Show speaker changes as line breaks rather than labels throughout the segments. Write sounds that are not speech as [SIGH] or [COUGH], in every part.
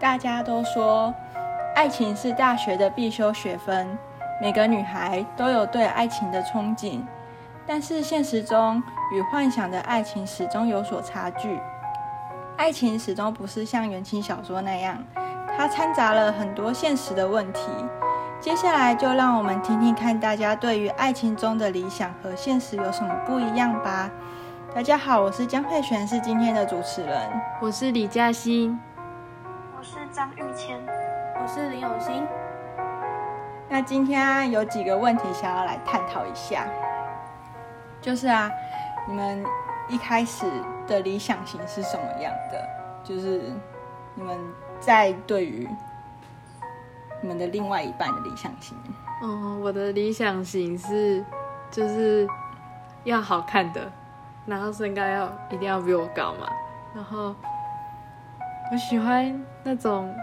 大家都说，爱情是大学的必修学分，每个女孩都有对爱情的憧憬。但是现实中与幻想的爱情始终有所差距，爱情始终不是像言情小说那样，它掺杂了很多现实的问题。接下来就让我们听听看大家对于爱情中的理想和现实有什么不一样吧。大家好，我是江慧璇，是今天的主持人。
我是李嘉欣，
我是张玉谦，
我是林永兴。
那今天啊、有几个问题想要来探讨一下，就是啊，你们一开始的理想型是什么样的？就是你们在对于你们的另外一半的理想型，
嗯，我的理想型是就是要好看的，然后身高要一定要比我高嘛，然后我喜欢那种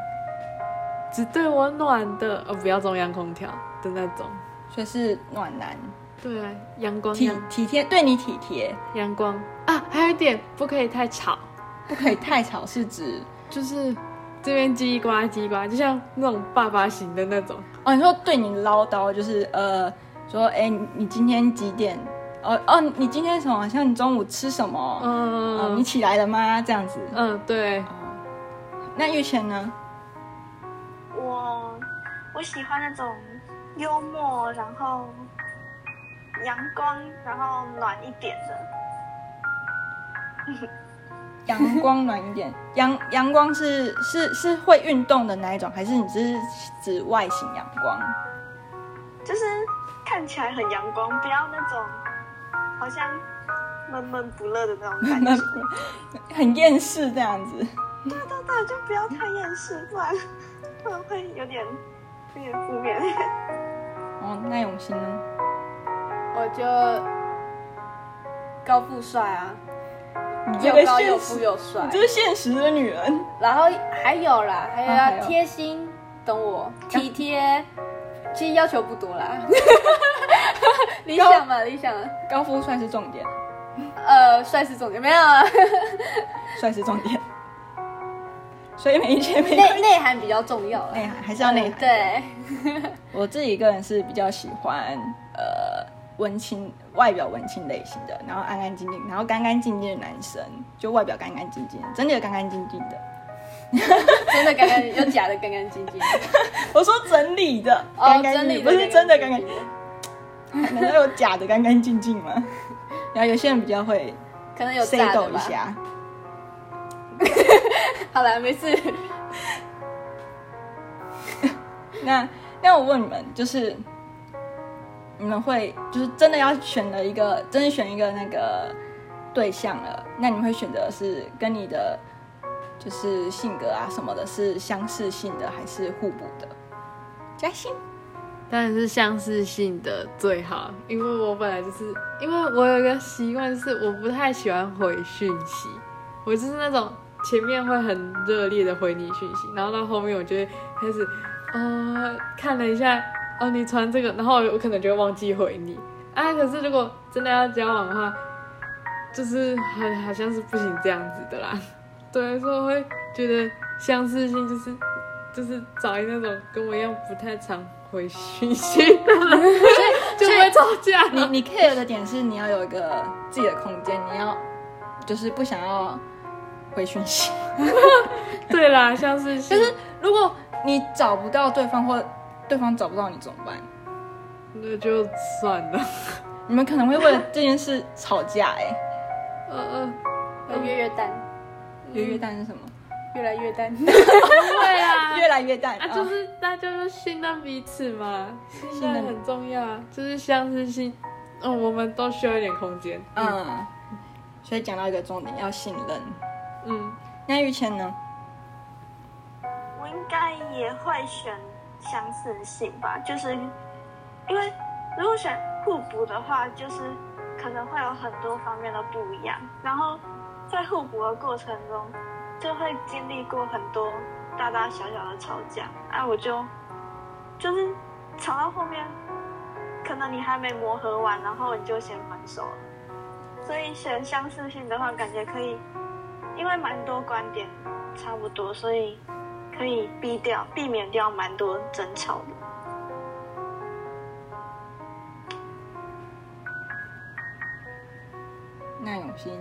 只对我暖的，哦，不要中央空调的那种，
所以是暖男，
对啊，阳光
体
阳
体贴，对你体贴，
阳光啊，还有一点不可以太吵，
不可以太吵，是指
就是这边叽里呱啦叽里呱啦，就像那种爸爸型的那种，
哦，你说对你唠叨，就是呃，说哎、你你今天几点？哦哦，你今天什么？像你中午吃什么？哦，
嗯
你起来了吗？这样子。
嗯，对，
那玉钱呢？
我我喜欢那种幽默，然后阳光，然后暖一点的。
阳光暖一点， [LAUGHS] 阳阳光是是是会运动的那一种，还是你只是指外形阳光？
就是看起来很阳光，不要那种好像闷闷不乐的那种感觉。
很厌世这样子。
对对对，就不要太厌世，不然不然 [LAUGHS] 会有点有点负面。
哦，那永兴呢？
我就高富帅啊，
你这
又
个
高又
现
富
实，
又帅
你，这是现实的女人。
然后还有啦，还有
啊还
要
有啊
贴心，懂我，体贴，其实要求不
[LAUGHS]
多啦。理想嘛，理想，
高富帅是重点，
呃，帅是重点，没有
[LAUGHS]
啊，
帅是重点。所以每一切没
内内涵比较重要啦。
内涵还是哎要内涵。
对，
我自己个人是比较喜欢呃文青，外表文青类型的，然后安安静静，然后干干净净的男生，就外表干干净净，真的干干净净的。
真的干干净，又假的干干净净。
我说整理的，
哦
干，干净
真的
净，不是真的干
干
干
净，
净， [LAUGHS] 难道有假的干干净净吗？然后有些人比较会
可 [LAUGHS] 能有
say
炸的
抖一
吧。
下，
好了，没事。
那那我问你们，就是你们会就是真的要选了一个，真的选一个那个对象了，那你们会选择是跟你的就是性格啊什么的是相似性的，还是互补的？嘉欣，
当然是相似性的最好，因为我本来就是，因为我有一个习惯是我不太喜欢回讯息，我就是那种前面会很热烈的回你讯息，然后到后面我就会开始，呃，看了一下，哦，你传这个，然后我可能就会忘记回你啊。可是如果真的要交往的话，就是很好像是不行这样子的啦。 [LAUGHS] 对，所以我会觉得相似性就是就是找那种跟我一样不太常回讯息的人， [LAUGHS] 就不会吵
[LAUGHS]
架。
你你 care 的点是你要有一个自己的空间，你要就是不想要回讯息。
对啦，相似性
就是如果 [LAUGHS] 你找不到对方，或对方找不到你怎么办？
那就算了。
你们可能会为了这件事吵架、哎。
呃呃，
越越淡，
越越淡是什么？
越来越淡。
对
[LAUGHS]
啊，
越来越淡
啊，就是那就是信任彼此嘛，信
任
任很重要啊，就是相似性。嗯，我们都需要一点空间。
嗯。所以讲到一个重点，要信任。
嗯，
那玉谦呢？
我应该也会选相似性吧，就是因为如果选互补的话，就是可能会有很多方面的不一样，然后在互补的过程中，就会经历过很多大大小小的吵架。啊，我就就是吵到后面，可能你还没磨合完，然后你就先分手了。所以选相似性的话，感觉可以，因为蛮多观点差不多，所以可可以避掉、避免掉蛮多争吵的。
那永新，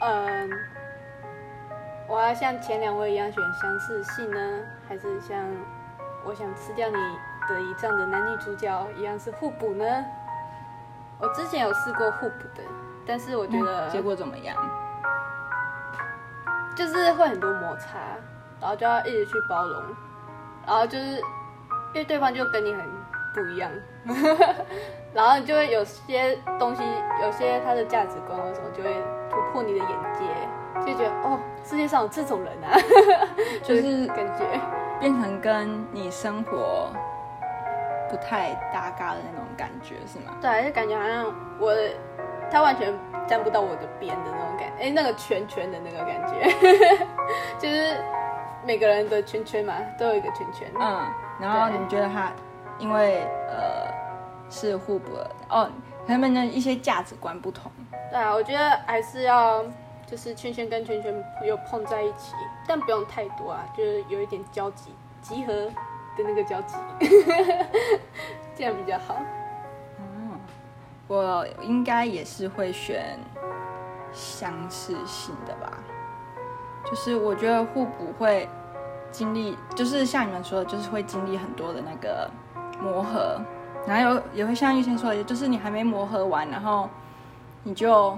嗯，我要像前两位一样选相似性呢，还是像我想吃掉你的一仗的男女主角一样是互补呢？我之前有试过互补的，但是我觉得
那嗯结果怎么样？
就是会很多摩擦，然后就要一直去包容，然后就是因为对方就跟你很不一样， [LAUGHS] 然后你就会有些东西，有些他的价值观或什么就会突破你的眼界，就觉得哦，世界上有这种人啊， [LAUGHS]
就是
感觉
变成跟你生活不太搭嘎的那种感觉是吗？
对，啊就感觉好像我的他完全站不到我的边的那种感哎、那个圈圈的那个感觉， [LAUGHS] 就是每个人的圈圈嘛，都有一个圈圈，
嗯，然后
对
你觉得他因为呃是互补的哦，他们的一些价值观不同，
对啊，我觉得还是要就是圈圈跟圈圈又碰在一起，但不用太多啊，就是有一点交集，集合的那个交集， [LAUGHS] 这样比较好。
我应该也是会选相似性的吧，就是我觉得互补会经历，就是像你们说的，就是会经历很多的那个磨合，然后有也会像玉先说的，就是你还没磨合完，然后你就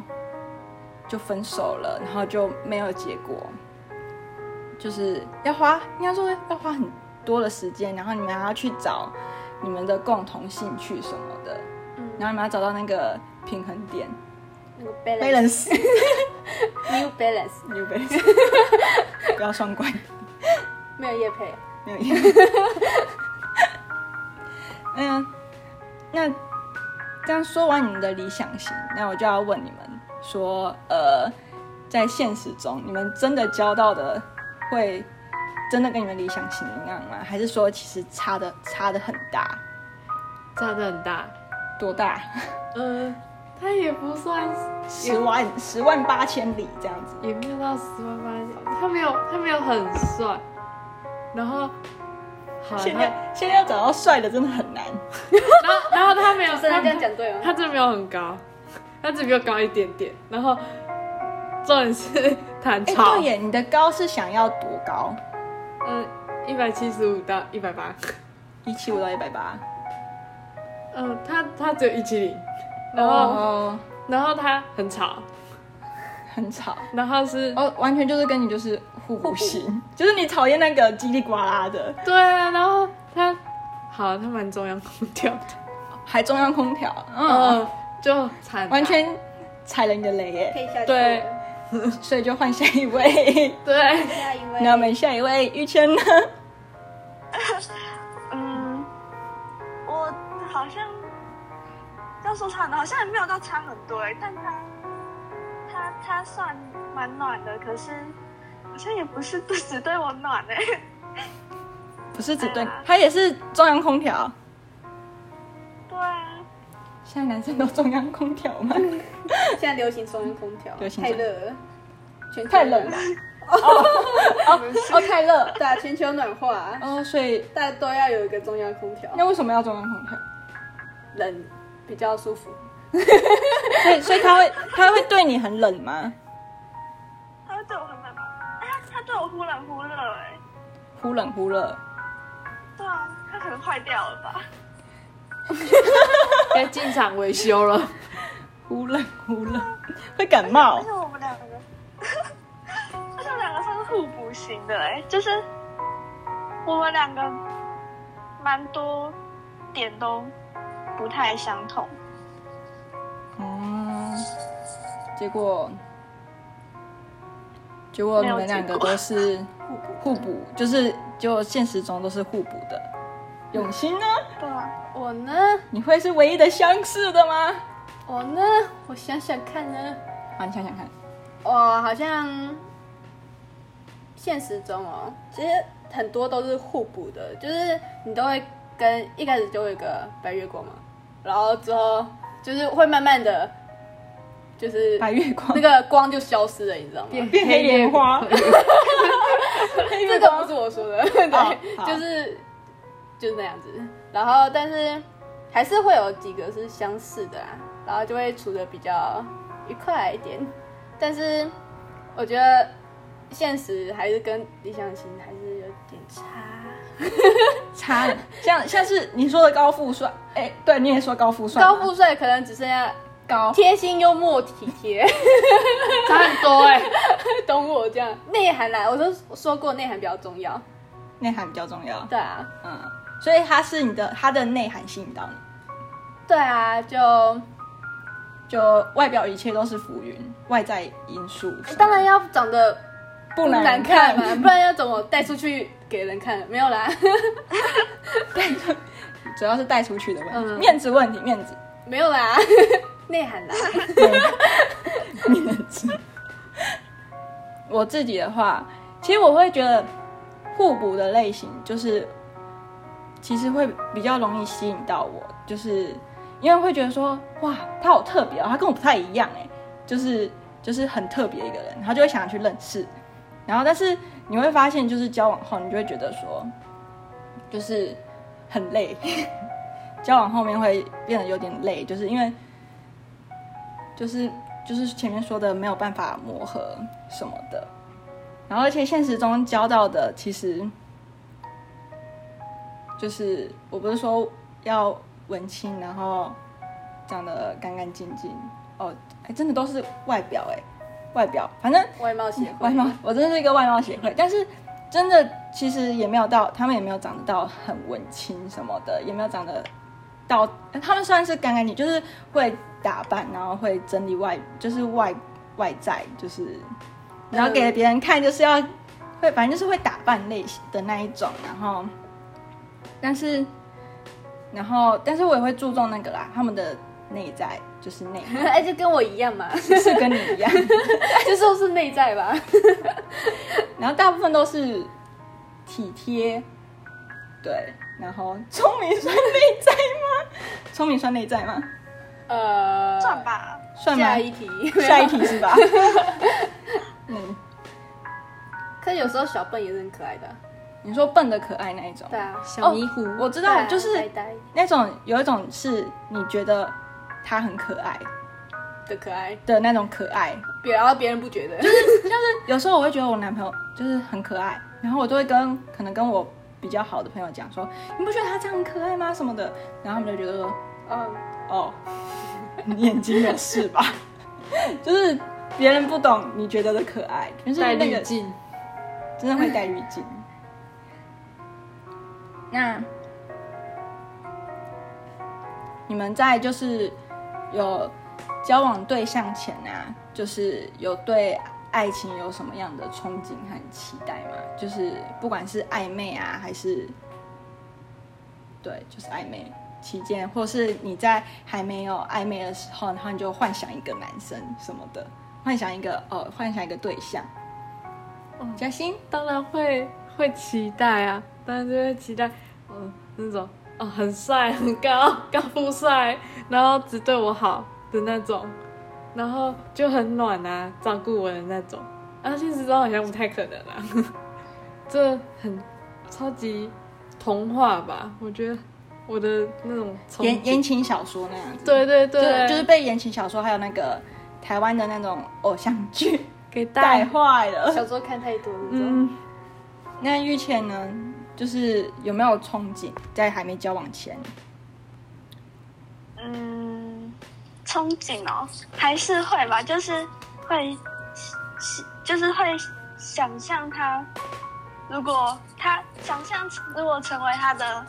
就分手了，然后就没有结果，就是要花，应该说要花很多的时间，然后你们还要去找你们的共同兴趣什么的，
嗯
然后你们要找到那个平衡点
那个 balance
，balance，
new balance
牛 [LAUGHS] balance，不要双关，
没有叶配，啊
[LAUGHS] 没有意嗯，那这样说完你们的理想型，那我就要问你们说，呃，在现实中，你们真的交到的会真的跟你们理想型一样吗？还是说其实差的差的很大？
差的很大。
多大？
嗯，他也不算，
十万十万八千里这样子。
也没有到十万八千，他没有，他没有很帅。然后，好，
现
他
在现在要找到帅的真的很难。
然后然后他没有，
主持人这样
他
讲对吗？
他真的没有很高，他只比我高一点点。然后，重点是 [LAUGHS] 他很
哎、
吵
对，耶，你的高是想要多高？
嗯，一百七十五到一百八。
一七五到一百八。
嗯，他他只有一七零，然后、
哦
然后他很吵，
很吵。
然后是、
哦，完全就是跟你就是互
互
补
补
型，就是你讨厌那个叽里呱啦的，
对啊，然后他好，他蛮 [LAUGHS] 中央空调的，
还中央空调，嗯，
嗯，就惨
完全踩了你的雷耶，
配下去
对
了
所以就换下一 [LAUGHS] 位。
[LAUGHS] 对，
下一位，
那我们下一位玉谦呢？
嗯，我好像要说差很多，好像也没有到差很多哎、但他他他算蛮暖的，可是好像也不是不只对我暖哎、 [LAUGHS]
不是只对
哎呀，
他也是中央空调。
对啊，
现在男生都中央空调吗？
现在流行中央空调，
流行
太
中
热了，全球
太冷了
暖，
[LAUGHS] 哦，太热。
对啊，全球暖化，
[LAUGHS] 哦，所以
大家都要有一个中央空调，
那为什么要中央空调？ [LAUGHS]
冷比较舒服。
所以所以他会他会对你很冷吗？
他会对我很冷吗，哎他他对我忽冷忽热哎、
忽冷忽热。
对啊，他可能坏掉了吧？
该进厂维修了。
忽冷忽热，会感冒
而且。哎我们两个， [LAUGHS] 而且我们两个算是互补型的哎、就是我们两个蛮多点都不太相同。
[LAUGHS] 嗯，结果结果你们两个都是
互补
互补，就是就现实中都是互补的。永兴呢？
对啊，
我呢，
你会是唯一的相似的吗？
我哦呢，我想想看呢，
好，你想想看，
我好像现实中哦，其实很多都是互补的，就是你都会跟一开始就有一个白月光嘛，然后之后就是会慢慢的，就是
白月光 [LAUGHS]
那个光就消失了，你知道吗？
变黑莲花，
这个不是我说的，
哦
[LAUGHS] 对，
好
就是就是那样子。然后，但是还是会有几个是相似的啦，啊然后就会处的比较愉快一点。但是我觉得现实还是跟理想型还是有点差。
差像像是你说的高富帅，哎、对，你也说高富帅吗，
高富帅可能只剩下
高
贴心、幽默、体贴， [LAUGHS]
差很多哎、
懂我这样内涵啦。我都说过内涵比较重要，
内涵比较重要，
对啊，
嗯，所以他是你的他的内涵吸引到你，
对啊，就
就外表一切都是浮云，外在因素、
哎当然要长得
不
不
难
难看嘛，不然要怎么带出去给人看？没有啦， [LAUGHS]
主要是带出去的问题，
嗯
面子问题，面子，
没有啦， [LAUGHS] 内涵
[LAUGHS]
啦。
面子。我自己的话，其实我会觉得互补的类型就是，其实会比较容易吸引到我，就是因为会觉得说，哇，他好特别哦，他跟我不太一样哎，就是就是很特别一个人，然后就会想要去认识。然后，但是你会发现，就是交往后，你就会觉得说，就是很累。 [LAUGHS] 交往后面会变得有点累，就是因为，就是就是前面说的没有办法磨合什么的，然后而且现实中交到的其实，就是我不是说要文青，然后长得干干净净哦，哎，真的都是外表哎，外表，反正
外貌协
[LAUGHS]
会，
外貌，我真的是一个外貌协会，但是真的其实也没有到，他们也没有长得到很文青什么的，也没有长得到，呃他们虽然是干干净，就是会打扮，然后会整理外，就是外外在，就是然后给别人看就是要会，反正就是会打扮类型的那一种，然后但是然后但是我也会注重那个啦，他们的内在就是内 [LAUGHS] 涵，
[LAUGHS] 哎，就跟我一样嘛， [LAUGHS]
是跟你一样。
就说是内在吧。
然后大部分都是体贴，对，然后聪明算内在吗？ [LAUGHS] 聪明算内在吗？
呃，
算。吧，
算吗
下？一题，
[LAUGHS] 下一。题是吧？嗯，
[LAUGHS] 可是有时候小笨也是很可爱的。啊
你说笨的可爱那一种，哦
对啊，
小迷糊，
我知
对
道，
啊
就是
呆呆
那种有一种是你觉得他很可爱
的可爱，
的那种可爱，
别然后别人不
[LAUGHS]
觉得。
有时候我会觉得我男朋友就是很可爱，然后我都会跟可能跟我比较好的朋友讲说，你不觉得他这样很可爱吗？什么的，然后他们就觉得说，
嗯，
哦，你眼睛有事吧？ [LAUGHS] 就是别人不懂你觉得的可爱，就是
戴
那
滤
个
镜，
真的会戴滤镜。 [LAUGHS] 那你们在就是有交往对象前啊，就是有对爱情有什么样的憧憬和期待吗？就是不管是暧昧啊，还是对，就是暧昧期间，或是你在还没有暧昧的时候，然后你就幻想一个男生什么的，幻想一个哦，幻想一个对象。
嗯
嘉欣，
当然会会期待啊，当然就会期待，嗯，那种哦很帅很高高富帅，然后只对我好的那种，然后就很暖啊，照顾我的那种。啊，现实中好像不太可能啊， [LAUGHS] 这很超级童话吧？我觉得我的那种憧
言言
憬，
情小说那样子，
对对
就
对，
就是被言情小说还有那个台湾的那种偶像剧
给
带
带
坏了。
小时候看太多了，嗯，
嗯，那玉倩呢，就是有没有憧憬在还没交往前？
嗯，憧憬哦，还是会吧，就是会，就是会想象他，如果他想象如果成为他的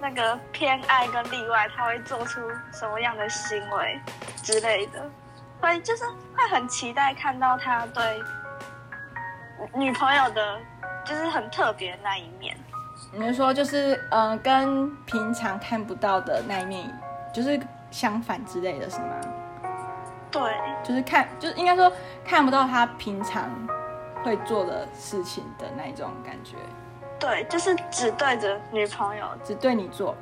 那个偏爱跟例外，他会做出什么样的行为之类的，会就是会很期待看到他对女朋友的，就是很特别的那一面。
你是说就是呃，跟平常看不到的那一面，就是相反之类的是吗？
对，
就是看，就是应该说看不到他平常会做的事情的那一种感觉，
对，就是只对着女朋友
只对你做，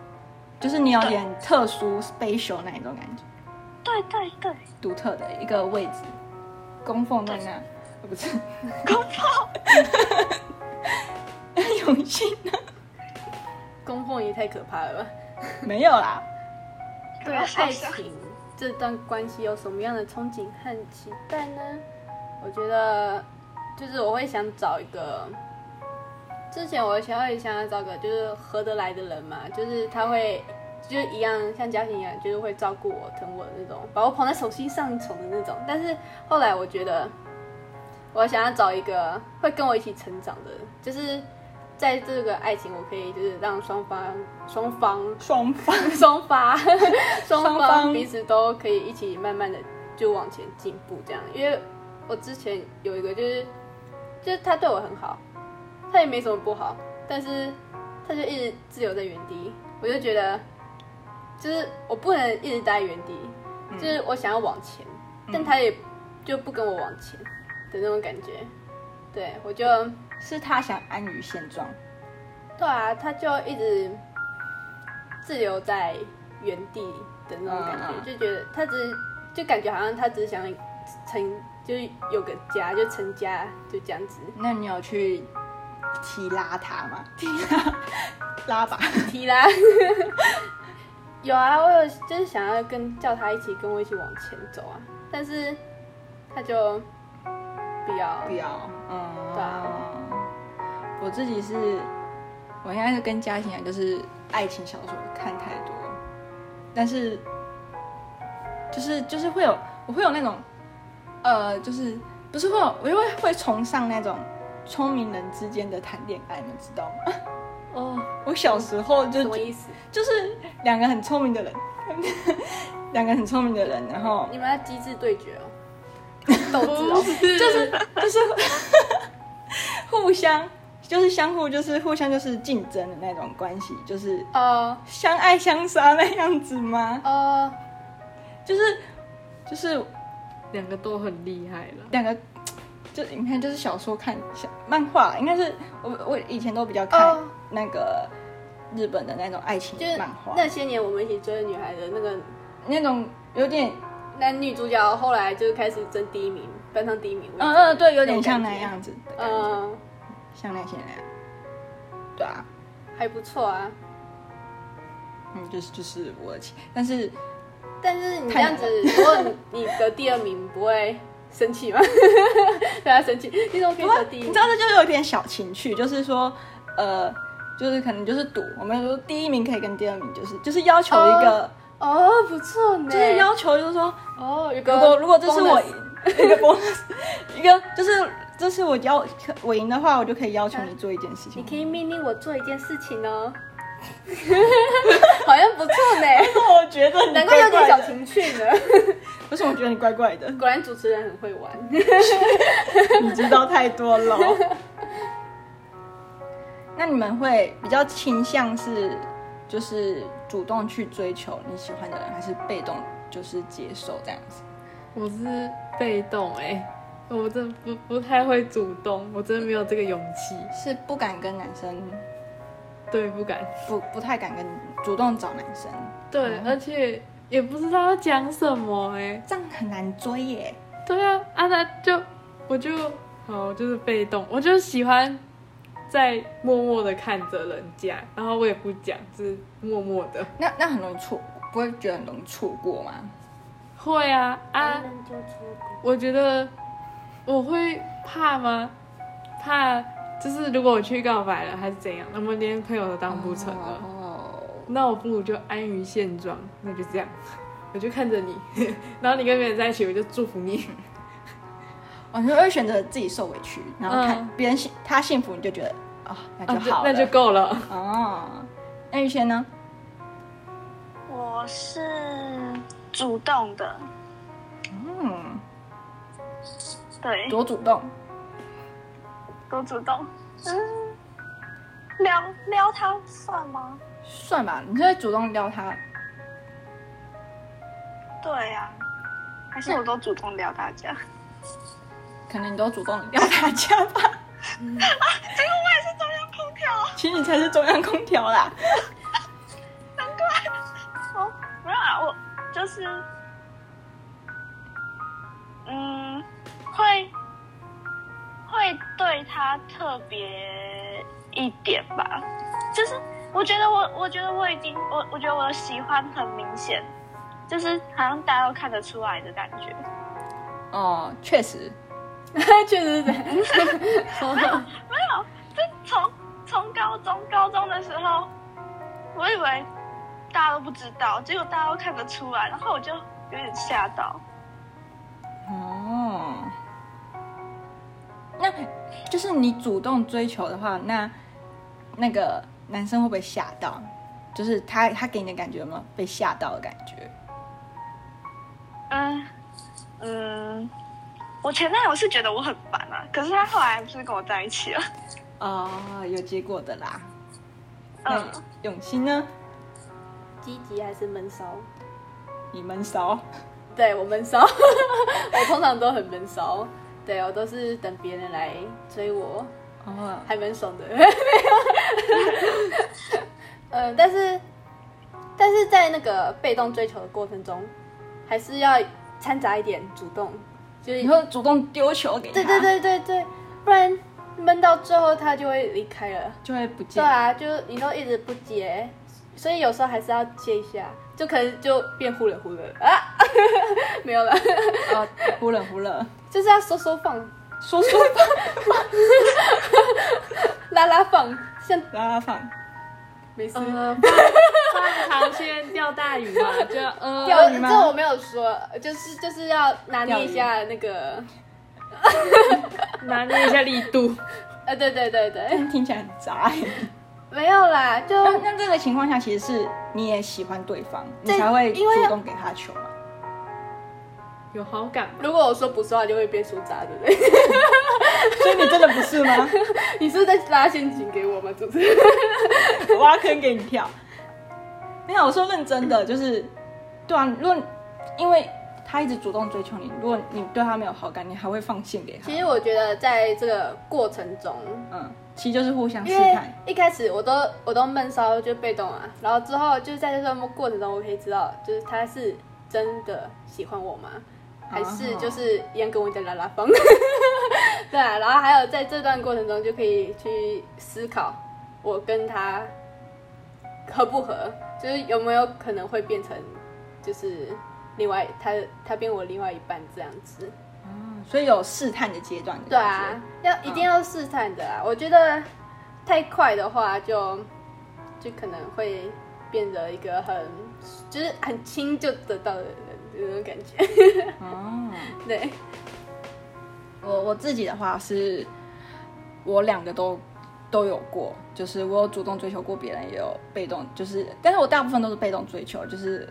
就是你有
对
点特殊 special 那一种感觉。
对对对，
独特的一 [LAUGHS] 个位置，供奉在那，呃不是，
公炮。
那永信呢？
供奉也太可怕了吧？
没有啦，
对爱情这段关系有什么样的憧憬和期待呢？我觉得就是我会想找一个，之前我想会想要找个就是合得来的人嘛，就是他会就是一样像家庭一样，就是会照顾我、疼我的那种，把我捧在手心上宠的那种。但是后来我觉得，我想要找一个会跟我一起成长的，就是。在这个爱情，我可以就是让双方双方
双方
[LAUGHS] 双方双
方
方彼此都可以一起慢慢的就往前进步这样。因为我之前有一个就是，就是他对我很好，他也没什么不好，但是他就一直滞留在原地，我就觉得就是我不能一直待在原地，就是我想要往前，但他也就不跟我往前的那种感觉。对我就。
是他想安于现状。
对啊，他就一直滞留在原地的那种感觉，
嗯嗯
就觉得他只就感觉好像他只想成，就是有个家就成家就这样子， [LAUGHS]
那你有去提拉他吗？ [LAUGHS] 提拉拉吧，
踢啦。有啊，我有就是想要跟叫他一起跟我一起往前走啊，但是他就不要
不，要，嗯，
对啊
我自己是，我现在是跟家庭一样，就是爱情小说看太多，但是就是就是会有我会有那种，呃，就是不是会有，我就会会崇尚那种聪明人之间的谈恋爱，你们知道吗？ [LAUGHS]
哦，
我小时候就
什么意思？
就是两个很聪明的人，两个很聪明的人，然后
你们要机智
[LAUGHS]
对决哦，斗智哦，
是，就是
就是 [LAUGHS] 互相，就是相互，就是互相就是竞争的那种关系，就是 [LAUGHS]
哦
相爱相杀那样子吗？
哦，
就是就是
两个都很厉害了。
两个，就你看，就是小说看小漫画，应该是我我以前都比较看
哦
那个日本的那种爱情
就是
漫画，
那些年我们一起追的女孩的那个
那种有点
男女主角后来就开始争第一名，班上第一名。
嗯嗯对，有点
那种
像
感
那
觉
样子的感觉，
嗯，
像那些那样，对啊。
还不错啊。
嗯，就是就是我的情，但是
但是你这
太
样子，如果你你得第二名，不会生气吗？ [LAUGHS] 对啊，生气，你怎么可以
不过
得第一
你
名
知？道这就有点小情趣，就是说，呃，就是可能就是赌，我们说第一名可以跟第二名，就是就是要求一个，
哦，不错呢。
就是要求就是说，
哦，如
如果
果
如果这是我
bonus
[LAUGHS] 一个 bonus，一个就是这是我要我赢的话，我就可以要求你做一件事情。
你可以命令我做一件事情哦。 [LAUGHS] 好像不错 [LAUGHS] 呢，
[LAUGHS] 我觉得你
难怪有
怪怪
点小
的，
情趣呢。
为什么我觉得你怪怪的？
果然主持人很会玩。 [LAUGHS]
[LAUGHS] 你知道太多了。 [LAUGHS] 那你们会比较倾向是，就是主动去追求你喜欢的人，还是被动就是接受这样子？
我是被动哎、我真的不不太会主动，我真的没有这个勇气，
是不敢跟男生，
对，不敢，
不不太敢跟主动找男生，
对，而且也不知道要讲什么哎、
这样很难追耶。
对啊，啊那就我就好，我就是被动，我就喜欢在默默的看着人家，然后我也不讲，就是默默的。
[LAUGHS] 那那很容易错，不会觉得很容易错过吗？
会啊啊，我觉得我会怕吗？怕就是如果我去告白了还是怎样，那么连朋友都当不成了。
哦，
那我不如就安于现状，那就这样， [LAUGHS] 我就看着你， [LAUGHS] 然后你跟别人在一起，我就祝福你。
哦，你会选择自己受委屈，然后看
嗯
别人幸他幸福，你就觉得哦，那
啊
就好了，
那就够了。
哦。那玉轩呢？
[LAUGHS] 我是主动的，
嗯，
对，
多主动，
多主动。嗯，撩撩他算吗？
算吧，你就会主动撩他，
对呀、还是我都主动撩大家？ [LAUGHS]
可能你都主动撩大家吧。 [LAUGHS]
结果我也是中央空调。啊
其实你才是中央空调啦。
哦，没有啊，我就是，嗯，会会对他特别一点吧，就是我觉得我，我觉得我已经，我我觉得我的喜欢很明显，就是好像大家都看得出来的感觉。
哦，确实，
确实是这样。
没有，就从从高中高中的时候，我以为大家都不知道，结果大家都看得出来，然后我就有点吓到。
哦，那就是你主动追求的话，那那个男生会不会吓到？就是他他给你的感觉有没有被吓到的感觉？
嗯嗯，我前男友是觉得我很烦啊，可是他后来不是跟我在一起了。
哦，有结果的啦。那
嗯，
永琪呢？
积极还是闷骚？
你闷骚
对我闷骚， [LAUGHS] 我通常都很闷骚。对我都是等别人来追我，
哦，
还蛮爽的。 [LAUGHS] 没有，嗯，但是但是在那个被动追求的过程中，还是要掺杂一点主动，就是
你会主动丢球给他，
对对，对对对，不然闷到最后他就会离开了。
就会不见
对。啊，就你都一直不接，所以有时候还是要接一下，就可能就变忽冷忽热啊， [LAUGHS] 没有了，
哦，忽冷忽热，
就是要收收放，
说说
拉拉放，像
拉拉放，
没事。
呃，放放螃蟹钓大鱼嘛， [LAUGHS] 就呃
钓
鱼
鱼
吗
这我没有说，就是就是要拿捏一下那个，
拿捏一下力度。
呃，对对对对，
听起来很渣欸。
没有啦， [LAUGHS] 就
那那这个情况下，其实是你也喜欢对方，你
对
才会
因为
主动给他球嘛。
[LAUGHS] 有好感吧？
如果我说不是的话，就会变书渣，对不对？ [LAUGHS]
所以你真的不是吗？
你是不是在拉陷阱给我吗？主持人，
我挖坑给你跳。没有，我说认真
[COUGHS]
的，就是对啊。如果因为他一直主动追求你，如果你对他没有好感，你还会放线给他。
[LAUGHS] 其实我觉得在这个过程中，
嗯，其实就是互相试
因为
探。
一开始我都我都闷骚就被动啊，然后之后就是在这个过程中，我可以知道就是他是真的喜欢我吗？还
哦
是就是一样跟我讲拉拉风？ [LAUGHS] 对啊，然后还有在这段过程中就可以去思考我跟他合不合，就是有没有可能会变成就是另外他他变我另外一半这样子。
嗯所以有试探的阶段的
对
感
啊
觉。，
要一定要试探的啊！我觉得太快的话就，就可能会变得一个很就是很轻就得到的人的那种感觉。 [LAUGHS]
哦，
对，
我我自己的话是，我两个都都有过，就是我有主动追求过别人，也有被动，就是，但是我大部分都是被动追求，就是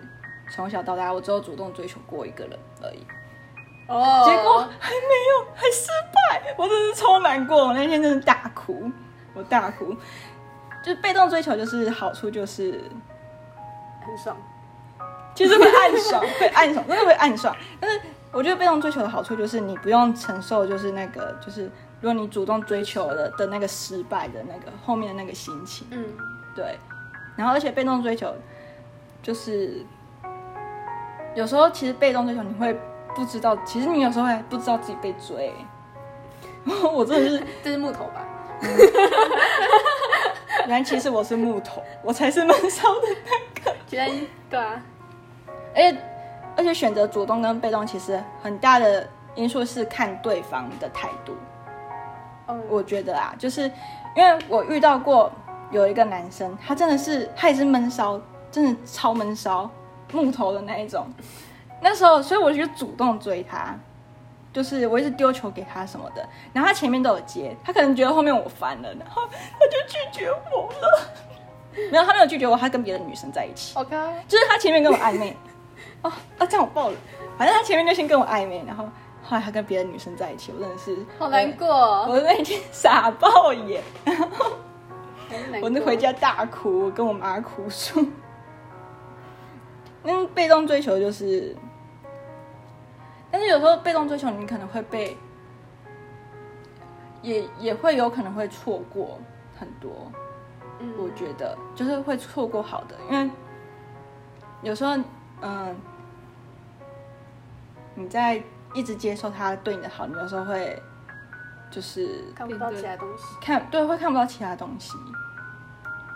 从小到大我只有主动追求过一个人而已。
哦
结果还没有，还失败，我真是超难过。我那天真的大哭，我大哭。就是被动追求，就是好处就是，
很爽，
其实会暗爽，会暗爽，真的会暗爽。但是我觉得被动追求的好处就是，你不用承受，就是那个，就是如果你主动追求了的那个失败的那个后面的那个心情，
嗯，
对。然后而且被动追求，就是有时候其实被动追求你会不知道，其实你有时候还不知道自己被追。我真的是，
这是木头吧？
原来其实我是木头，我才是闷骚的那个。
觉得对啊，
而且而且选择主动跟被动，其实很大的因素是看对方的态度。
嗯，
我觉得啊，就是因为我遇到过有一个男生，他真的是他也是闷骚，真的超闷骚，木头的那一种。那时候，所以我就主动追他，就是我一直丢球给他什么的，然后他前面都有接，他可能觉得后面我烦了，然后他就拒绝我了。没有，他没有拒绝我，他跟别的女生在一起。
OK，
就是他前面跟我暧
[LAUGHS]
昧，哦，啊，这样我爆了。反正他前面就先跟我暧昧，然后后来他跟别的女生在一起，我真的是
好难过
我，
哦，
我那天傻爆眼，
好难
我
过
那回家大哭，我跟我妈哭诉。嗯，被动追求就是，但是有时候被动追求你可能会被，也也会有可能会错过很多。
嗯
我觉得就是会错过好的，因为有时候，嗯，你在一直接受他对你的好，你有时候会就是
看不到其他东西。
看对会看不到其他东西，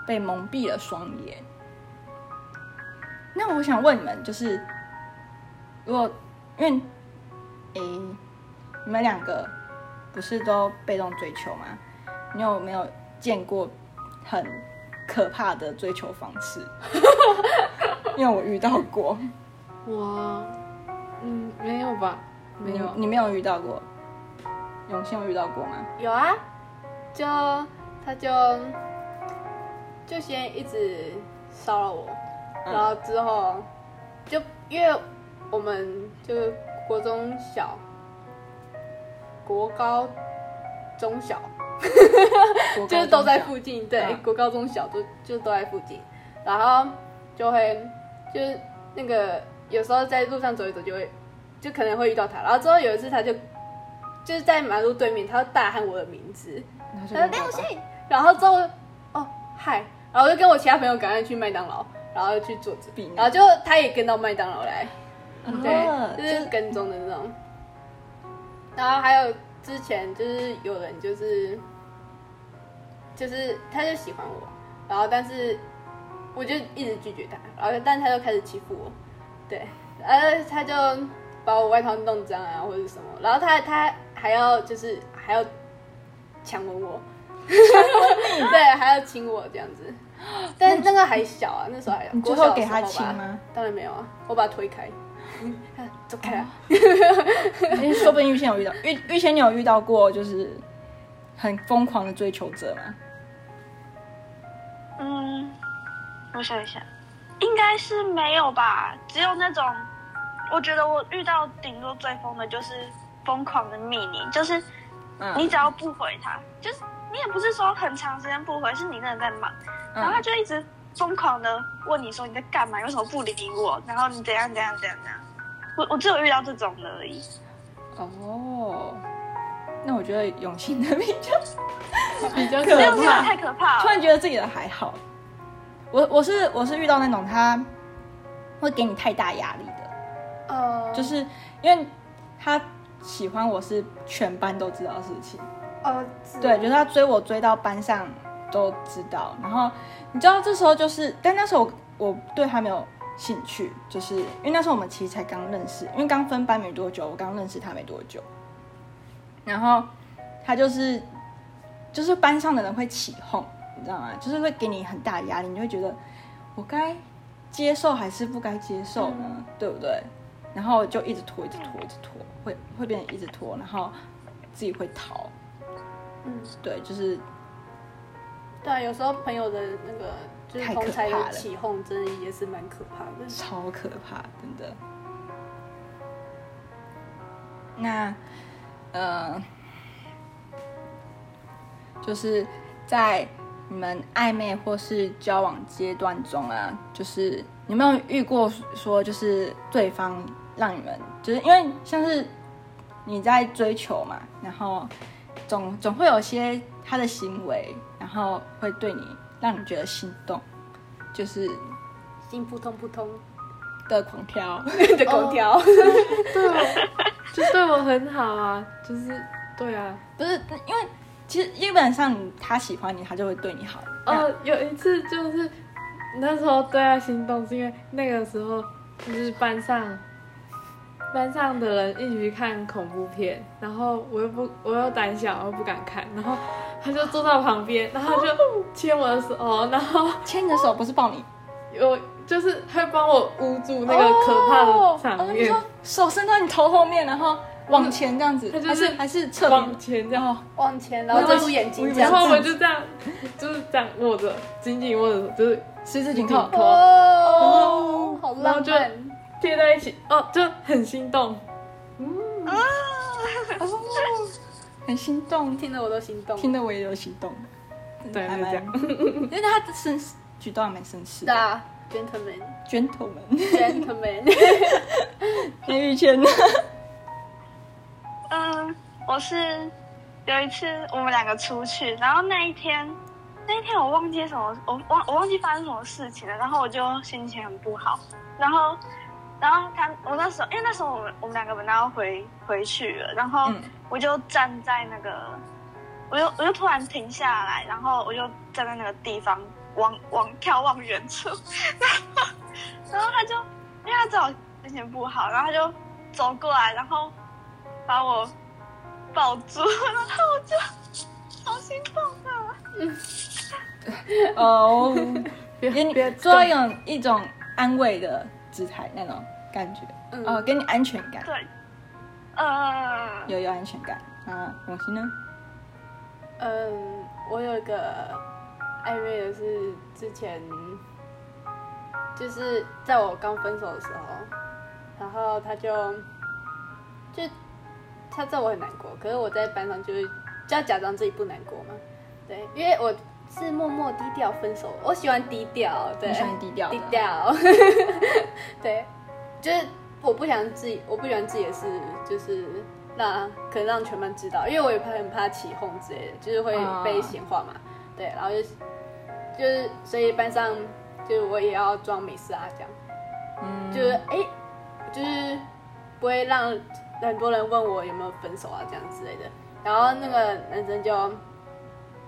被蒙蔽了双眼。那我想问你们，就是如果因为诶、你们两个不是都被动追求吗？你有没有见过很可怕的追求方式？ [LAUGHS] 因为我遇到
[LAUGHS]
过，
我，嗯，没有吧？没有，
你你没有遇到过，永信有遇到过吗？
有啊，就他就就先一直骚扰我，
嗯
然后之后就因为我们就是国中小、国高、中小，
国
就
高
是都
中
在
小
附近，对，
嗯
国高中小都就都在附近，然后就会就是那个有时候在路上走一走就会就可能会遇到他，然后之后有一次他就就是在马路对面，他就大喊我的名字，
然后就
呃，
跟
廖
我爸
信，然后之后哦嗨，然后就跟我其他朋友赶快去麦当劳，然后去坐着
比，呢
然后就他也跟到麦当劳来，
啊
对，就是跟踪的那种。然后还有之前就是有人就是就是他就喜欢我，然后但是我就一直拒绝他，然后但他就开始欺负我，对，然后呃他就把我外套弄脏啊或者什么，然后他他还要就是还要强吻我， [LAUGHS] 对，还要亲我这样
[LAUGHS]
子。但那个还小啊，那时候还小，
你最
国
后
小的
给他
时
亲
候吧
吗？
当然没有啊，我把他推
[LAUGHS]
开，嗯走开啊！
因哎为说不定玉仙有遇到，玉玉仙你有遇到过就是很疯狂的追求者吗？
嗯，我想一下，应该是没有吧？只有那种，我觉得我遇到顶多最疯的就是疯狂的密你，就是你
嗯，
只要不回他，就是你也不是说很长时间不回，是你那人在忙，然后他
嗯
就一直疯狂的问你说你在干嘛，你为什么不理我？然后你怎样怎样怎样怎样。我我只有遇到这种的而已，
哦，那我觉得永信的比较，
比较
可
可
没有
怕
这样太可怕
[LAUGHS] 突
了。
然觉得自己的还好。我我是我是遇到那种他会给你太大压力的，
哦，
就是因为他喜欢我是全班都知道的事情。
哦，
对，就是他追我追到班上都知道，然后你知道这时候就是，但那时候我我对他没有兴趣，就是因为那时候我们其实才刚认识，因为刚分班没多久，我刚认识他没多久，然后他就是就是班上的人会起哄，你知道吗？就是会给你很大的压力，你就会觉得我该接受还是不该接受呢？对不对？然后就一直拖，一直拖，一直拖，会会变成一直拖，然后自己会逃。
嗯，
对，就是
对啊，有时候朋友的那个就是
太可
同才
怕了
的起哄，真的也是蛮可怕的。
超可怕，真的。那，呃，就是在你们暧昧或是交往阶段中啊，就是你有没有遇过说，就是对方让你们，就是因为像是你在追求嘛，然后总总会有些他的行为，然后会对你让你觉得心动，就是
心扑通扑
[LAUGHS]
通
的狂飘。
的空调，
对我， [LAUGHS] 就对我很好啊，就是对啊。
不是因为其实基本上你他喜欢你，他就会对你好。
哦，有一次就是那时候对他心动，是因为那个时候就是班上班上的人一起去看恐怖片，然后我又不我又胆小，我又不敢看，然后他就坐到旁边，然后他就
哦
牵我的手，然后
那牵你的手不是抱你，
有就是会帮我捂住那个可怕的场
哦
面，
哦你说手伸到你头后面，然后往前这样子，
他就
还
是
是还是侧
往
边。
前这样。
往前，然后遮住眼睛这
然后
样
我
子。
就这样，就是这样握着，紧紧握着，就是
十指紧扣，
哦，好
然后
浪
就
漫。
贴在一起，哦，就很心动。
嗯
啊很心动，
听得我都心动。
听得我也有心动，
对，
还
就这
蛮
样。，
因
[LAUGHS]
为他的绅士举动还蛮绅士
对
的
啊，gentleman，gentleman。
[LAUGHS] ，gentleman。
gentleman
那玉谦呢？
嗯，我是有一次我们两个出去，然后那一天，那一天我忘记什么，我忘我忘记发生什么事情了，然后我就心情很不好，然后然后他，我那时候，因为那时候我们我们两个本来要回回去了，然后
嗯
我就站在那个，我就我就突然停下来，然后我就站在那个地方往往眺望远处，然后然后他就，因为他知道我心情不好，然后他就走过来，然后把我抱住，然后我就好心痛啊！
[LAUGHS] 哦，
别
给
[LAUGHS]
你
别
做
动
一种一种安慰的姿态那种感觉，
嗯
哦，给你安全感，
对，呃，
有有安全感。啊，我心呢？
嗯，我有一个暧昧的是之前，就是在我刚分手的时候，然后他就就他知道我很难过，可是我在班上就是就要假装自己不难过嘛，对，因为我是默默低调分手，我喜欢低调，对，
你喜欢低调的
低调， [LAUGHS] 对，就是我不想自己，我不喜欢自己的事，就是让可能让全班知道，因为我也怕很怕起哄之类的，就是会被闲话嘛。对，然后就是就是所以班上就是我也要装没事啊，这样
嗯，
就是哎、诶就是不会让很多人问我有没有分手啊这样之类的。然后那个男生就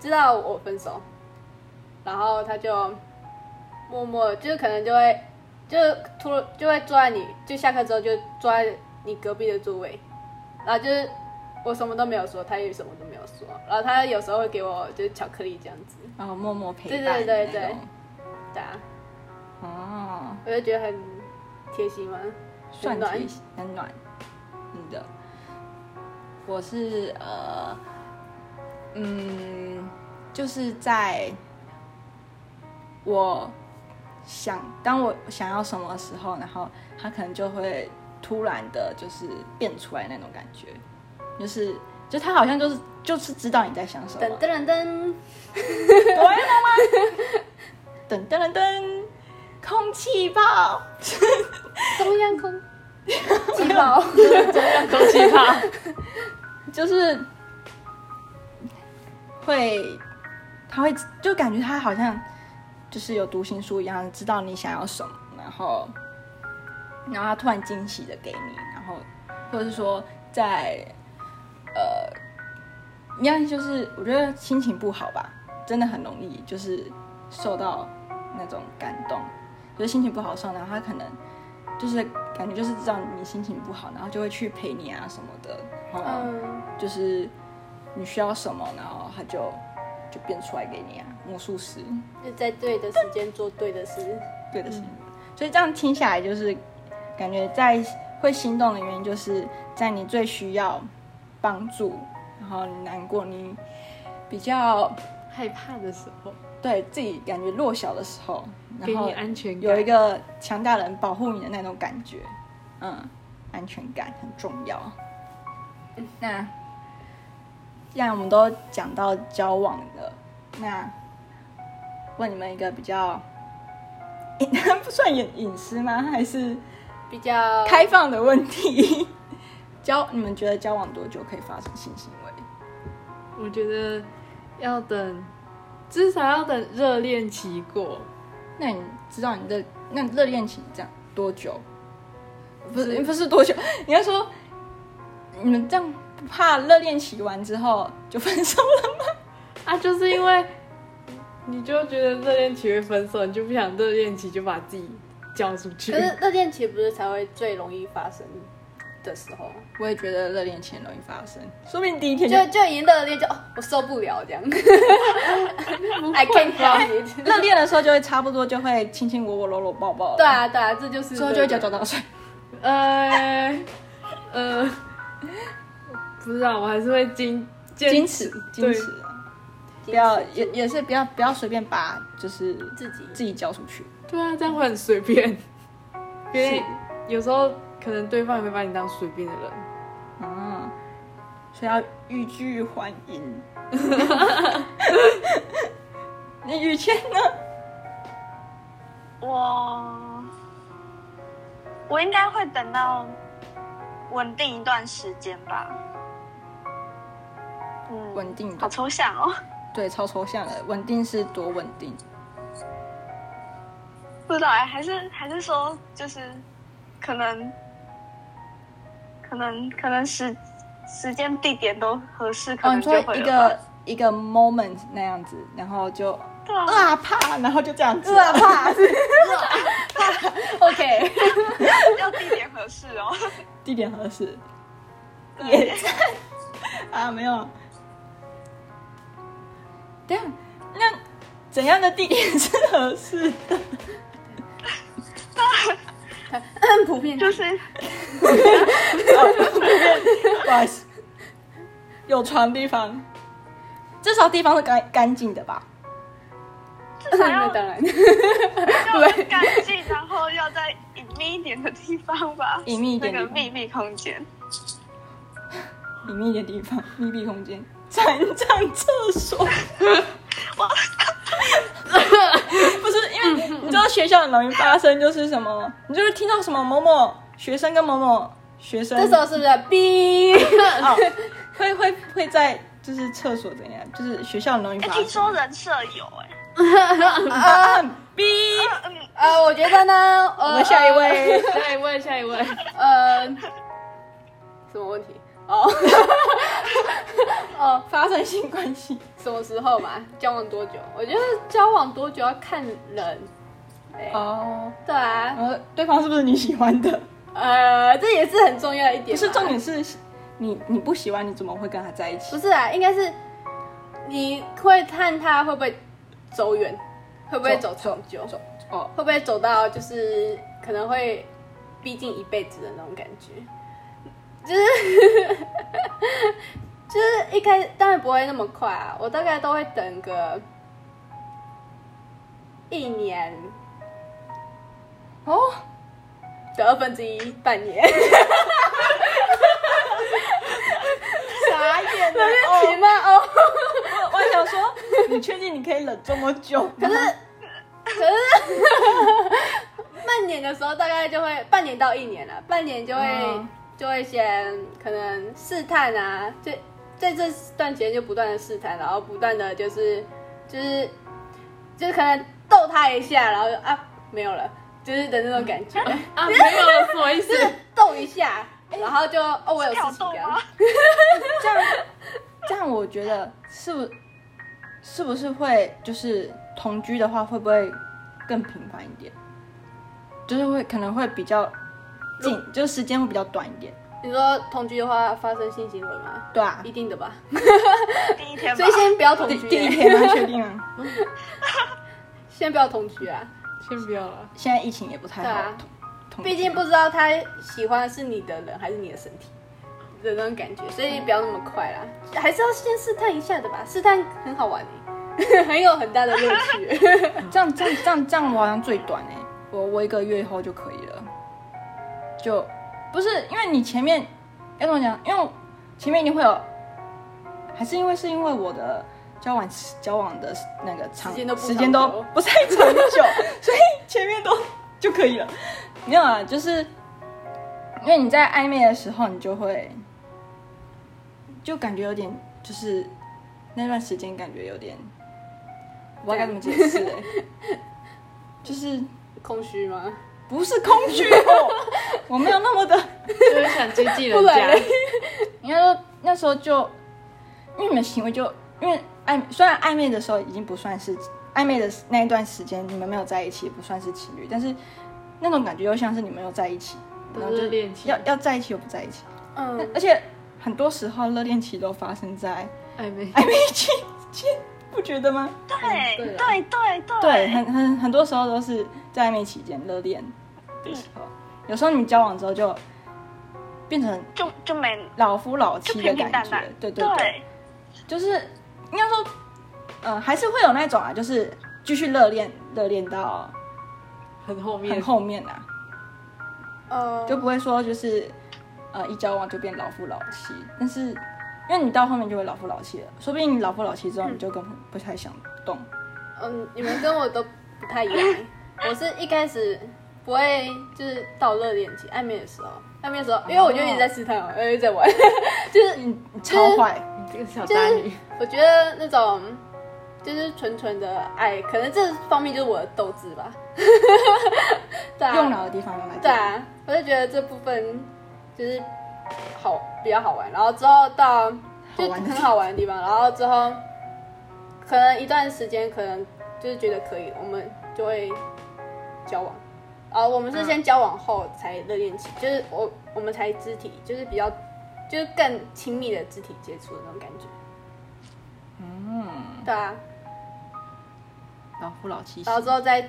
知道我分手，然后他就默默就是可能就会就突然就会坐在你就下课之后就坐在你隔壁的座位，然后就是我什么都没有说，他也什么都没有说，然后他有时候会给我就是巧克力这样子，
然后默默陪
对对
伴的
对
那
对
种
对啊，
哦，
我就觉得很贴心嘛，
算
很暖
贴心，很暖，真的。我是呃，嗯，就是在我想当我想要什么时候，然后他可能就会突然的，就是变出来那种感觉，就是就他好像就是就是知道你在想什么，
噔噔噔噔。
哆啦 A [LAUGHS] 梦吗？噔噔噔噔，空气炮。
中央空气泡，
空气炮，
就是会，他会就感觉他好像就是有读心术一样，知道你想要什么，然后然后他突然惊喜的给你，然后或者是说在呃，应该就是我觉得心情不好吧，真的很容易就是受到那种感动，就是心情不好的时候，然后他可能。就是感觉就是知道你心情不好，然后就会去陪你啊什么的，然后
嗯，
就是你需要什么，然后他就就变出来给你啊，魔术师，
就在对的时间做对的事。
对的是你。所以这样听下来，就是感觉在会心动的原因，就是在你最需要帮助，然后你难过，你比较
害怕的时候
对自己感觉弱小的时候，然
给
后
你安全感，
有一个强大的人保护你的那种感觉，嗯，安全感很重要。那既然我们都讲到交往了，那问你们一个比较， [LAUGHS] 不算隐隐私吗？还是
比较
开放的问题？ [LAUGHS] 交你们觉得交往多久可以发生性行为？
我觉得要等，至少要等热恋期过，
那你知道你的那热恋期这样多久？不是不是多久，你要说你们这样不怕热恋期完之后就分手了吗？
啊，就是因为你就觉得热恋期会分手，你就不想热恋期就把自己交出去
可。是热恋期不是才会最容易发生的时候，
[LAUGHS] 我也觉得热恋期很容易发生，说不定第一天
就就已经热恋就哦，我受不了
[LAUGHS]
这样。I can't help it。 [LAUGHS]
热恋的时候就会差不多就会亲亲我我搂搂抱抱了，
对啊对啊，这就是
之后就会脚脚到水。
呃呃，不知道，我还是会矜
矜
坚
持
持，
矜
对
持，不要也也是不要不要随便把就是
自己
自己交出去。
对啊，这样会很随便，因为有时候可能对方也会把你当随便的
[LAUGHS]
人。
嗯，所以要欲拒还迎。你雨谦呢？
我我应该会等到稳定一段时间吧。嗯，
稳定的，
好抽象哦，
对，超抽象的。稳定是多稳定？
不知道哎，还是还是说就是可能可能可能时时间地点都合适，可
哦，
能
你
就
说
会
一
了吧
个一个 moment 那样子，然后就
对
[LAUGHS]
啊
啊啪，然后就这样子，
怕，OK，
要地点合适哦。
地点合适
对
啊，没有。对啊，那怎样的地点是合适的？嗯
很普遍，
就是
[LAUGHS] 不好意思，有床的地方，至少地方是干干净的吧？
至少
[LAUGHS]
[LAUGHS]
那
要
当然，
要干净，然后要在隐秘一点的地方吧，
[LAUGHS] 隐秘一点的地方
那个秘密空间。
隐秘一点地方，密闭空间，残障厕所。
哇，
[LAUGHS] 不是因为你知道学校很容易发生，就是什么，嗯你就是听到什么某某学生跟某某学生，
这时候是不是逼？
哦， [LAUGHS] 会会会在就是厕所怎样，就是学校很容易
哎，
发
听
生
说人设有哎、
啊，逼，
嗯，
[LAUGHS] 呃，我觉得呢，
我
我
们下一，位，
下一位，下一位，啊
呃，什么问题？哦， [LAUGHS] 哦，
发生性关系，
什么时候嘛？交往多久？我觉得交往多久要看人。对
哦，
对啊，
然后对方是不是你喜欢的？
呃，这也是很重要的一点
不
吧。
是重点是，你你不喜欢，你怎么会跟他在一
不
起？
是啊，应该是你会看他会不会走远，会不会走长久，
哦，
会不会走到就是可能会逼近一辈子的那种感觉，就是 [LAUGHS] 就是一开当然不会那么快啊，我大概都会等个一年
哦，
的二分之一半 [LAUGHS] 年，
傻眼了，
行吗？哦。
哦我还想说，你确定你可以忍这么久？可是
半年的时候大概就会半年到一年了，半年就会、
嗯
就会先可能试探啊，就在这段期间就不断的试探，然后不断的就是就是就是可能逗他一下，然后就啊没有了，就是的那种感觉，
嗯
啊，没有了，什么意思？
逗一下，
哎
然后就哦我有事
跳
情
动
这样
啊
吗，？
这样，这样我觉得是不是不是会就是同居的话，会不会更频繁一点？就是会可能会比较近，就是时间会比较短一点，
你说同居的话发生性行为吗？
对啊
一。定的吧，
第一天吧
所以，先不要同
第
居、
第一天吗？确定啊？
先不要同居啊，
先不要了，
现在疫情也不太
对
好
啊
同，同
毕竟不知道他喜欢的是你的人还是你的身体的那种感觉，所以不要那么快啦，还是要先试探一下的吧。试探很好玩欸 [LAUGHS] 很有很大的乐
[LAUGHS]
趣。
这样这样这样这样，我好像最短哎、我我一个月后就可以了，就不是因为你前面要怎么讲？因为前面一定会有，还是因为是因为我的交往交往的那个长
时间都不
时间
长
都
久
不太长久， [LAUGHS] 所以前面都 [LAUGHS] 就可以了。没有啊，就是因为你在暧昧的时候，你就会就感觉有点就是那段时间感觉有点，我不知道该怎么解释、欸，就是
空虚吗？
不是空虚
[LAUGHS]
哦，我没有那么的，
就是想接近人
不
家
然嘞，
应该说那时候就因为你们行为就因为暧虽然暧昧的时候已经不算是暧昧的那一段时间，你们没有在一起不算是情侣，但是那种感觉又像是你们又在一起，
都
然
是
后就
恋情
要要在一起又不在一起，
嗯，
而且很多时候热恋期都发生在
暧昧，
暧昧期间，不觉得吗？
对
嗯对啊
对对对
对，很很很多时候都是在暧昧期间热恋的时候，有时候你们交往之后就变成
就就没
老夫老
就
妻的
平平
感
淡
觉
淡，，
对对对，就是应该说，呃，还是会有那种啊，就是继续热恋，热恋到
很后面
很，后面啊，
[LAUGHS] 呃，
就不会说就是呃一交往就变老夫老妻，但是因为你到后面就会老夫老妻了，说不定你老夫老妻之后你就根本不太想动，
嗯，你们跟我都不太一样。我是一开始不会，就是到热恋期暧昧的时候，暧昧的时候，因为我就一直在试探，我一直在
哦
玩，就是
你你超坏，
你这个小渣女，
我觉得那种就是纯纯的爱，可能这方面就是我的斗志吧。 [LAUGHS] 对啊
用脑的地方用来
对
做。
啊，我就觉得这部分就是好比较好玩，然后之后到
好
就
玩的地
很
方
好玩的地方，然后之后可能一段时间，可能就是觉得可以，我们就会交往。啊，我们是先交往后才热恋期，就是我我们才肢体，就是比较就是更亲密的肢体接触的那种感觉。
嗯，
对啊，
老夫老妻。
然后之后再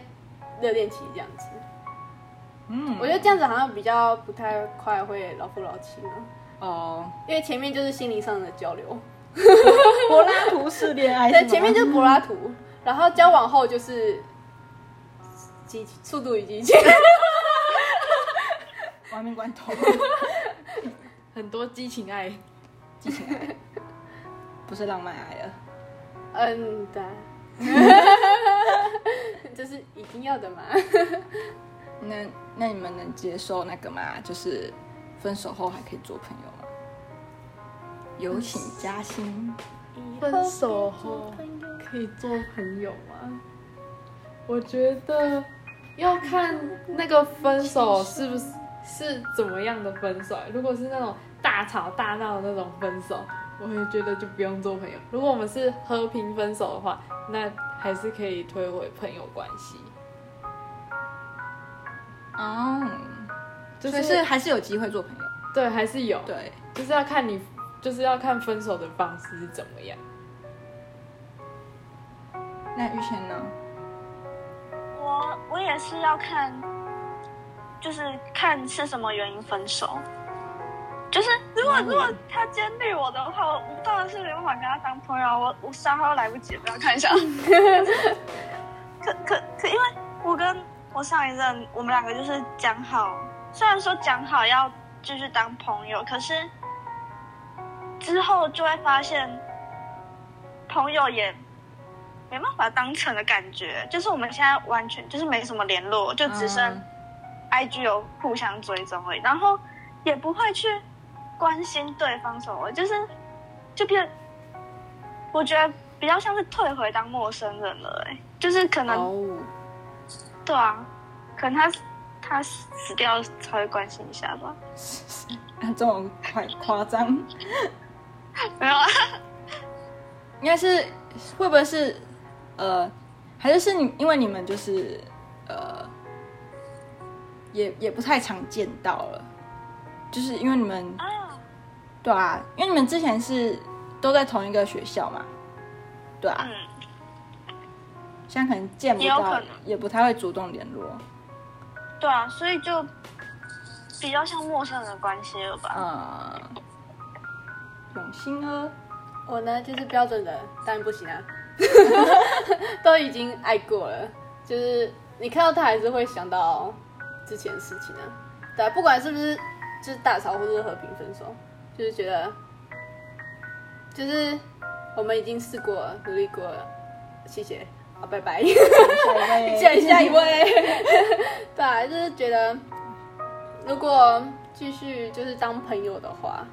热恋期这样子，
嗯，
我觉得这样子好像比较不太快会老夫老妻嘛。
哦，
因为前面就是心灵上的交流，
柏拉图式恋爱。
对，
吗
前面就是柏拉图，然后交往后就是激速度与激情，
亡命关头，
很多激情爱，
激情爱，不是浪漫爱了。
嗯，对， [LAUGHS] 这是 [LAUGHS] 一定要的嘛。
那那你们能接受那个吗？就是分手后还可以做朋友吗？有请嘉欣。
分手后可以做朋友吗？我觉得要看那个分手是不是是怎么样的分手。如果是那种大吵大闹的那种分手，我会觉得就不用做朋友。如果我们是和平分手的话，那还是可以推回朋友关系。
哦，
就
所以是还是有机会做朋友。
对，还是有，
对，
就是要看你，就是要看分手的方式是怎么样。
那玉谦呢？
我我也是要看，就是看是什么原因分手。就是如果如果他今天绿我的话，我我当然是没办法跟他当朋友啊，我我伤都来不及了，不要看一下。可可可，因为我跟我上一任，我们两个就是讲好，虽然说讲好要就是当朋友，可是之后就会发现，朋友也没办法当成的感觉，就是我们现在完全就是没什么联络，就只剩
嗯
IG 有互相追踪而已，然后也不会去关心对方什么，就是就变，我觉得比较像是退回当陌生人了、欸，就是可能、
哦，
对啊，可能他他死掉才会关心一下吧，
[LAUGHS] 这种夸夸张，
没有啊，
应该是会不会是呃，还是是你因为你们就是呃，也也不太常见到了，就是因为你们
啊
对啊，因为你们之前是都在同一个学校嘛，对啊，
嗯。
现在可能见不
也有可
到
能，
也不太会主动联络，
对啊，所以就比较像陌生人的关系了吧。
嗯
呃，永兴
[LAUGHS]
呢？
我呢就是标准的，当然不行啊，都已经爱过了，就是你看到他还是会想到之前的事情啊。对啊，不管是不是就是大吵或者是和平分手，就是觉得就是我们已经试过了，努力过了，谢谢啊，拜拜。
下一位
下下一位， [LAUGHS] 对啊，就是觉得如果继续就是当朋友的话，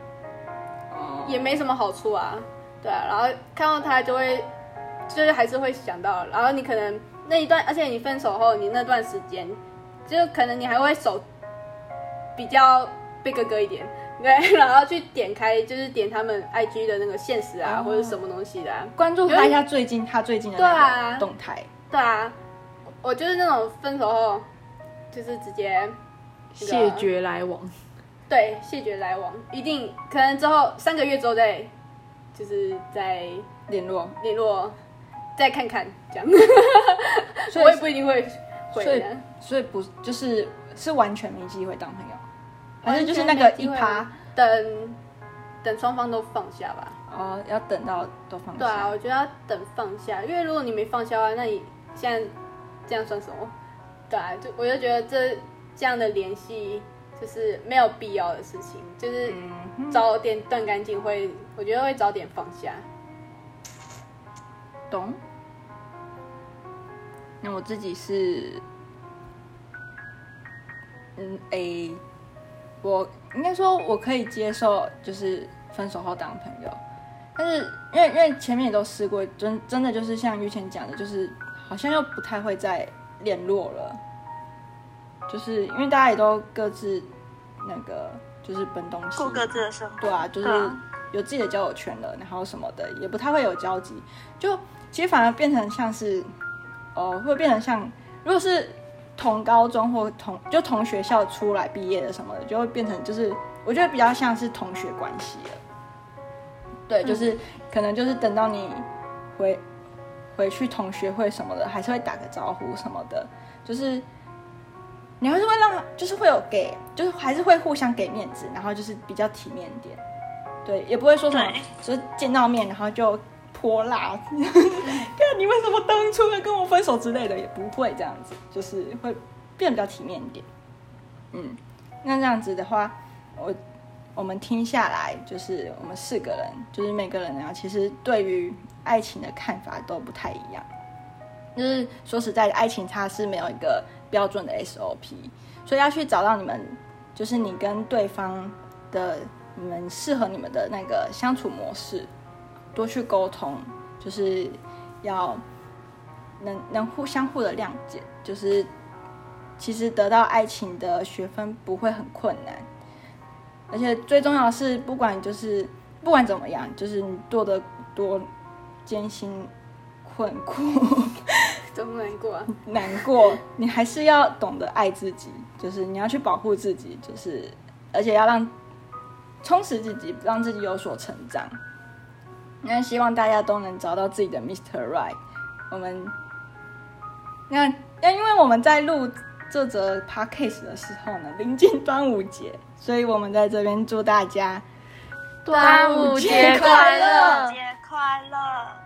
哦
也没什么好处啊，对啊，然后看到他就会，就是还是会想到，然后你可能那一段，而且你分手后，你那段时间，就可能你还会手比较被哥哥一点，对，然后去点开就是点他们 IG 的那个现实啊，
哦
或者什么东西的、啊，
关注他一下最近他最近的
对
那
啊
个动态，
对啊，我我就是那种分手后，就是直接那个
谢绝来往。
对，谢绝来往，一定可能之后三个月之后再，就是再
联络，
联络，再看看这样。
所以
[LAUGHS] 我也不一定会回
所以
的，
所以不就是是完全没机会当朋友，反正就是那
完全
个一
没机会
趴
等等双方都放下吧。
哦，要等到都放
对啊，
下，
我觉得要等放下，因为如果你没放下的话，那你现在这样算什么？对啊，就我就觉得这这样的联系就是没有必要的事情，就是
嗯，
早点断干净会，我觉得会早点放下。
懂。那我自己是，嗯，诶、我应该说我可以接受，就是分手后当朋友，但是因为因为前面也都试过，真真的就是像玉倩讲的，就是好像又不太会再联络了，就是因为大家也都各自那个就是奔东西
过，各自的生活。
对啊，就是
对啊
有自己的交友圈了，然后什么的也不太会有交集，就其实反而变成像是，呃，会变成像如果是同高中或同就同学校出来毕业的什么的，就会变成就是我觉得比较像是同学关系了。对，就是、可能就是等到你回回去同学会什么的，还是会打个招呼什么的，就是你还是会让，就是会有给，就是还是会互相给面子，然后就是比较体面一点，对，也不会说什么
对，
就是见到面然后就泼辣， [LAUGHS] 看你为什么当初要跟我分手之类的，也不会这样子，就是会变得比较体面一点。嗯，那这样子的话，我我们听下来，就是我们四个人，就是每个人啊，其实对于爱情的看法都不太一样。就是说实在的，爱情它是没有一个标准的 SOP，所以要去找到你们，就是你跟对方的你们适合你们的那个相处模式，多去沟通，就是要能能互相互的谅解，就是其实得到爱情的学分不会很困难，而且最重要的是，不管就是不管怎么样，就是你做的多艰辛、困苦、 [LAUGHS]
怎么难过啊？
难过，你还是要懂得爱自己，就是你要去保护自己，就是而且要让充实自己，让自己有所成长。那希望大家都能找到自己的 Mr. Right。我们那那因为我们在录这则 podcast 的时候呢，临近端午节，所以我们在这边祝大家
端午节快乐
节快乐！